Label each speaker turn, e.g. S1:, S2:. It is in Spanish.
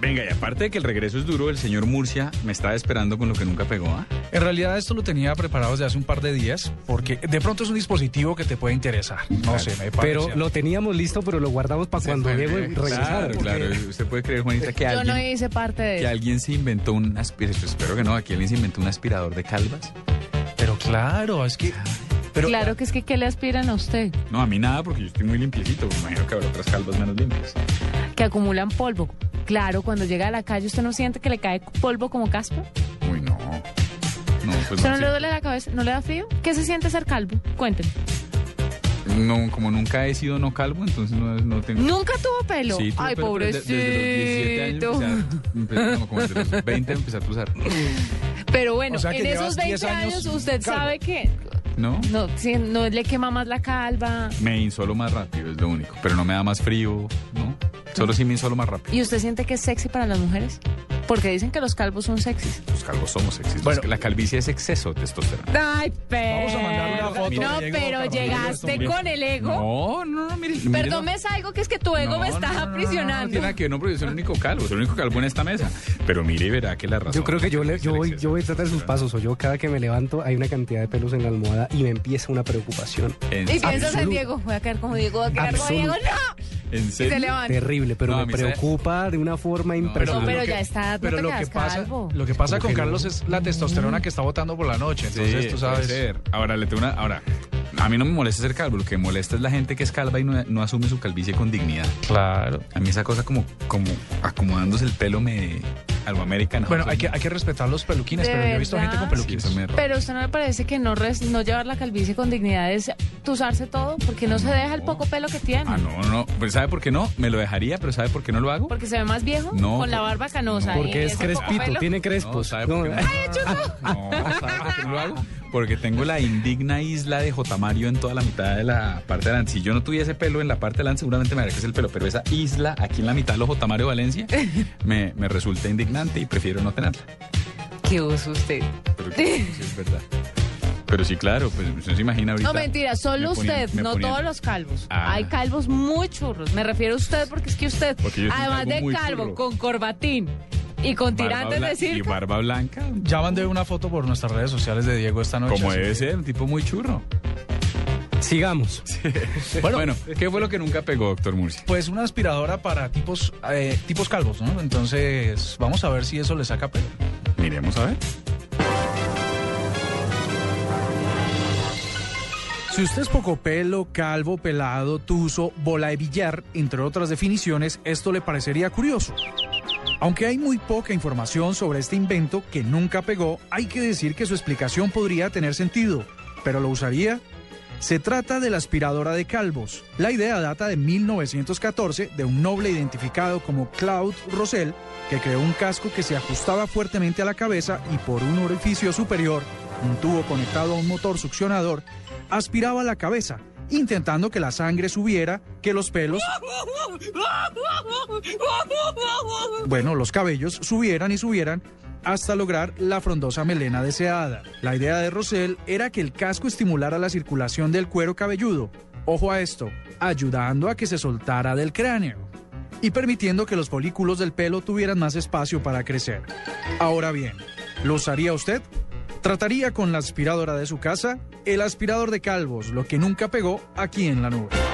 S1: Venga, y aparte de que el regreso es duro, el señor Murcia me está esperando con lo que nunca pegó, ¿ah?
S2: En realidad esto lo tenía preparado desde hace un par de días, porque de pronto es un dispositivo que te puede interesar. No sé, me parece.
S3: Pero lo teníamos listo, pero lo guardamos para cuando debo regresar.
S1: Claro, claro. Usted puede creer, Juanita, que
S4: Yo no
S1: alguien,
S4: hice parte de
S1: que
S4: eso.
S1: alguien se inventó un aspirador. Espero que no, aquí alguien se inventó un aspirador de calvas.
S2: Pero claro, es que... Pero,
S4: Claro que es que, ¿qué le aspiran a usted?
S1: No, a mí nada, porque yo estoy muy limpiecito. Me imagino que habrá otras calvas menos limpias.
S4: Que acumulan polvo. Claro, cuando llega a la calle, ¿usted no siente que le cae polvo como caspa?
S1: Uy, no. No, pues
S4: ¿Usted no le
S1: no,
S4: duele la cabeza? ¿No le da frío? ¿Qué se siente ser calvo? Cuénteme.
S1: sí. No, como nunca he sido no calvo, entonces no, no tengo...
S4: Nunca tuvo pelo.
S1: Sí, tuve
S4: Ay,
S1: pelo, pero de-
S4: pobrecito.
S1: Desde los 17 años empecé a- empecé- no, como desde los 20 empecé a truzar.
S4: Pero bueno,
S2: O sea que
S4: en
S2: llevas
S4: esos
S2: 10
S4: 20
S2: años
S4: años usted
S2: calvo.
S4: sabe que
S1: ¿No?
S4: no, sí, no le quema más la calva.
S1: Me insolo más rápido, es lo único. Pero no me da más frío, ¿no? Solo sí me insolo más rápido.
S4: ¿Y usted siente que es sexy para las mujeres? Porque dicen que los calvos son sexys.
S1: Los calvos somos sexistas.
S2: Bueno.
S1: la calvicie es exceso de testosterona.
S4: Ay, pero.
S2: Vamos a mandar una foto.
S4: No,
S2: Mire,
S4: pero
S2: Carlos,
S4: llegaste
S2: mire,
S4: con el ego.
S1: No, no, no, mire. mire
S4: Perdón,
S1: lo-
S4: me salgo que es que tu ego me
S1: No, no,
S4: está
S1: no, no, no, No, no,
S4: aprisionando.
S1: tiene nada que ver, no, porque yo soy el único calvo, soy el único calvo en esta mesa. Pero mire y verá que la razón.
S3: Yo creo que yo, le-
S1: es
S3: yo,
S1: el
S3: voy,
S1: exceso
S3: yo voy
S1: de
S3: tras de sus
S1: testosterona.
S3: pasos. O yo cada que me levanto hay una cantidad de pelos en la almohada y me empieza una preocupación
S1: ¿En,
S4: Y piensas en
S3: Absoluto.
S4: Diego. Voy a caer como Diego, voy a caer como Diego.
S3: Absoluto.
S4: Ah, ¡No!
S1: ¿en
S4: Y
S1: serio?
S4: se levanta.
S3: terrible, pero
S1: No, a
S3: me
S1: mí se-
S3: preocupa de una forma
S4: No,
S3: impresionante.
S4: pero ya está, no
S2: pero
S4: te
S2: lo que
S4: quedas
S2: pasa,
S4: calvo.
S2: lo que pasa
S3: ¿Cómo
S2: con
S3: que no?
S2: Carlos es la testosterona que está botando por la noche. Entonces
S1: Sí,
S2: tú
S1: puede
S2: sabes.
S1: ser. Ahora, le tengo una. Ahora, a mí no me molesta ser calvo, lo que me molesta es la gente que es calva y no, no asume su calvicie con dignidad.
S2: Claro.
S1: A mí esa cosa como, como acomodándose el pelo me. Algo americano.
S2: Bueno, hay que, hay que respetar los peluquines,
S4: ¿De
S2: pero yo he visto gente con
S4: verdad?
S2: peluquines.
S4: Pero usted no le parece que no, res- no llevar la calvicie con dignidad es tusarse todo porque no se
S1: No.
S4: deja el poco pelo que tiene.
S1: Ah, no, no. Pues, ¿Sabe por qué no? Me lo dejaría, pero ¿sabe por qué no lo hago?
S4: Porque se ve más viejo
S1: No,
S4: con la
S1: por-
S4: barba canosa.
S1: no,
S4: y
S3: Porque es
S4: ese poco
S3: crespito,
S4: pelo.
S3: tiene crespos.
S1: ¿sabe por qué
S3: No,
S1: no? No, ¿sabe por qué no lo hago? Porque tengo la indigna isla de J. Mario en toda la mitad de la parte de delante. Si yo no tuviese pelo en la parte de delante, seguramente me haría que es el pelo. Pero esa isla aquí en la mitad de los J. Mario Valencia me, me resulta indignante y prefiero no tenerla.
S4: ¿Qué uso usted?
S1: Pero que- sí, es verdad. Pero sí, claro, pues usted se imagina ahorita.
S4: No, mentira, solo
S1: me ponían-
S4: usted,
S1: me
S4: no
S1: ponían-
S4: todos los calvos.
S1: Ah.
S4: Hay calvos muy churros. Me refiero a usted porque es que usted,
S1: Porque yo soy un
S4: además
S1: calvo
S4: de
S1: muy
S4: calvo,
S1: churro.
S4: con corbatín y con
S1: barba
S4: tirantes
S1: blan-
S4: de
S1: Y
S4: circo.
S1: barba blanca.
S2: Ya mandé una foto por nuestras redes sociales de Diego esta noche.
S1: Como
S2: así
S1: debe
S2: que-
S1: ser, un tipo muy churro.
S3: Sigamos.
S1: Bueno, ¿qué fue lo que nunca pegó, doctor Murcia?
S2: Pues una aspiradora para tipos, eh, tipos calvos, ¿no? Entonces, vamos a ver si eso le saca pelo.
S1: Miremos a ver.
S2: Si usted es poco pelo, calvo, pelado, tuzo, bola de billar, entre otras definiciones, esto le parecería curioso. Aunque hay muy poca información sobre este invento que nunca pegó, hay que decir que su explicación podría tener sentido, pero ¿lo usaría? Se trata de la aspiradora de calvos. La idea data de 1914 de un noble identificado como Claude Rosell, que creó un casco que se ajustaba fuertemente a la cabeza y por un orificio superior, un tubo conectado a un motor succionador, aspiraba la cabeza, intentando que la sangre subiera, que los pelos, bueno, los cabellos subieran y subieran hasta lograr la frondosa melena deseada. La idea de Rosell era que el casco estimulara la circulación del cuero cabelludo, ojo a esto, ayudando a que se soltara del cráneo y permitiendo que los folículos del pelo tuvieran más espacio para crecer. Ahora bien, ¿lo usaría usted? ¿Trataría con la aspiradora de su casa? El aspirador de calvos, lo que nunca pegó aquí en la nube.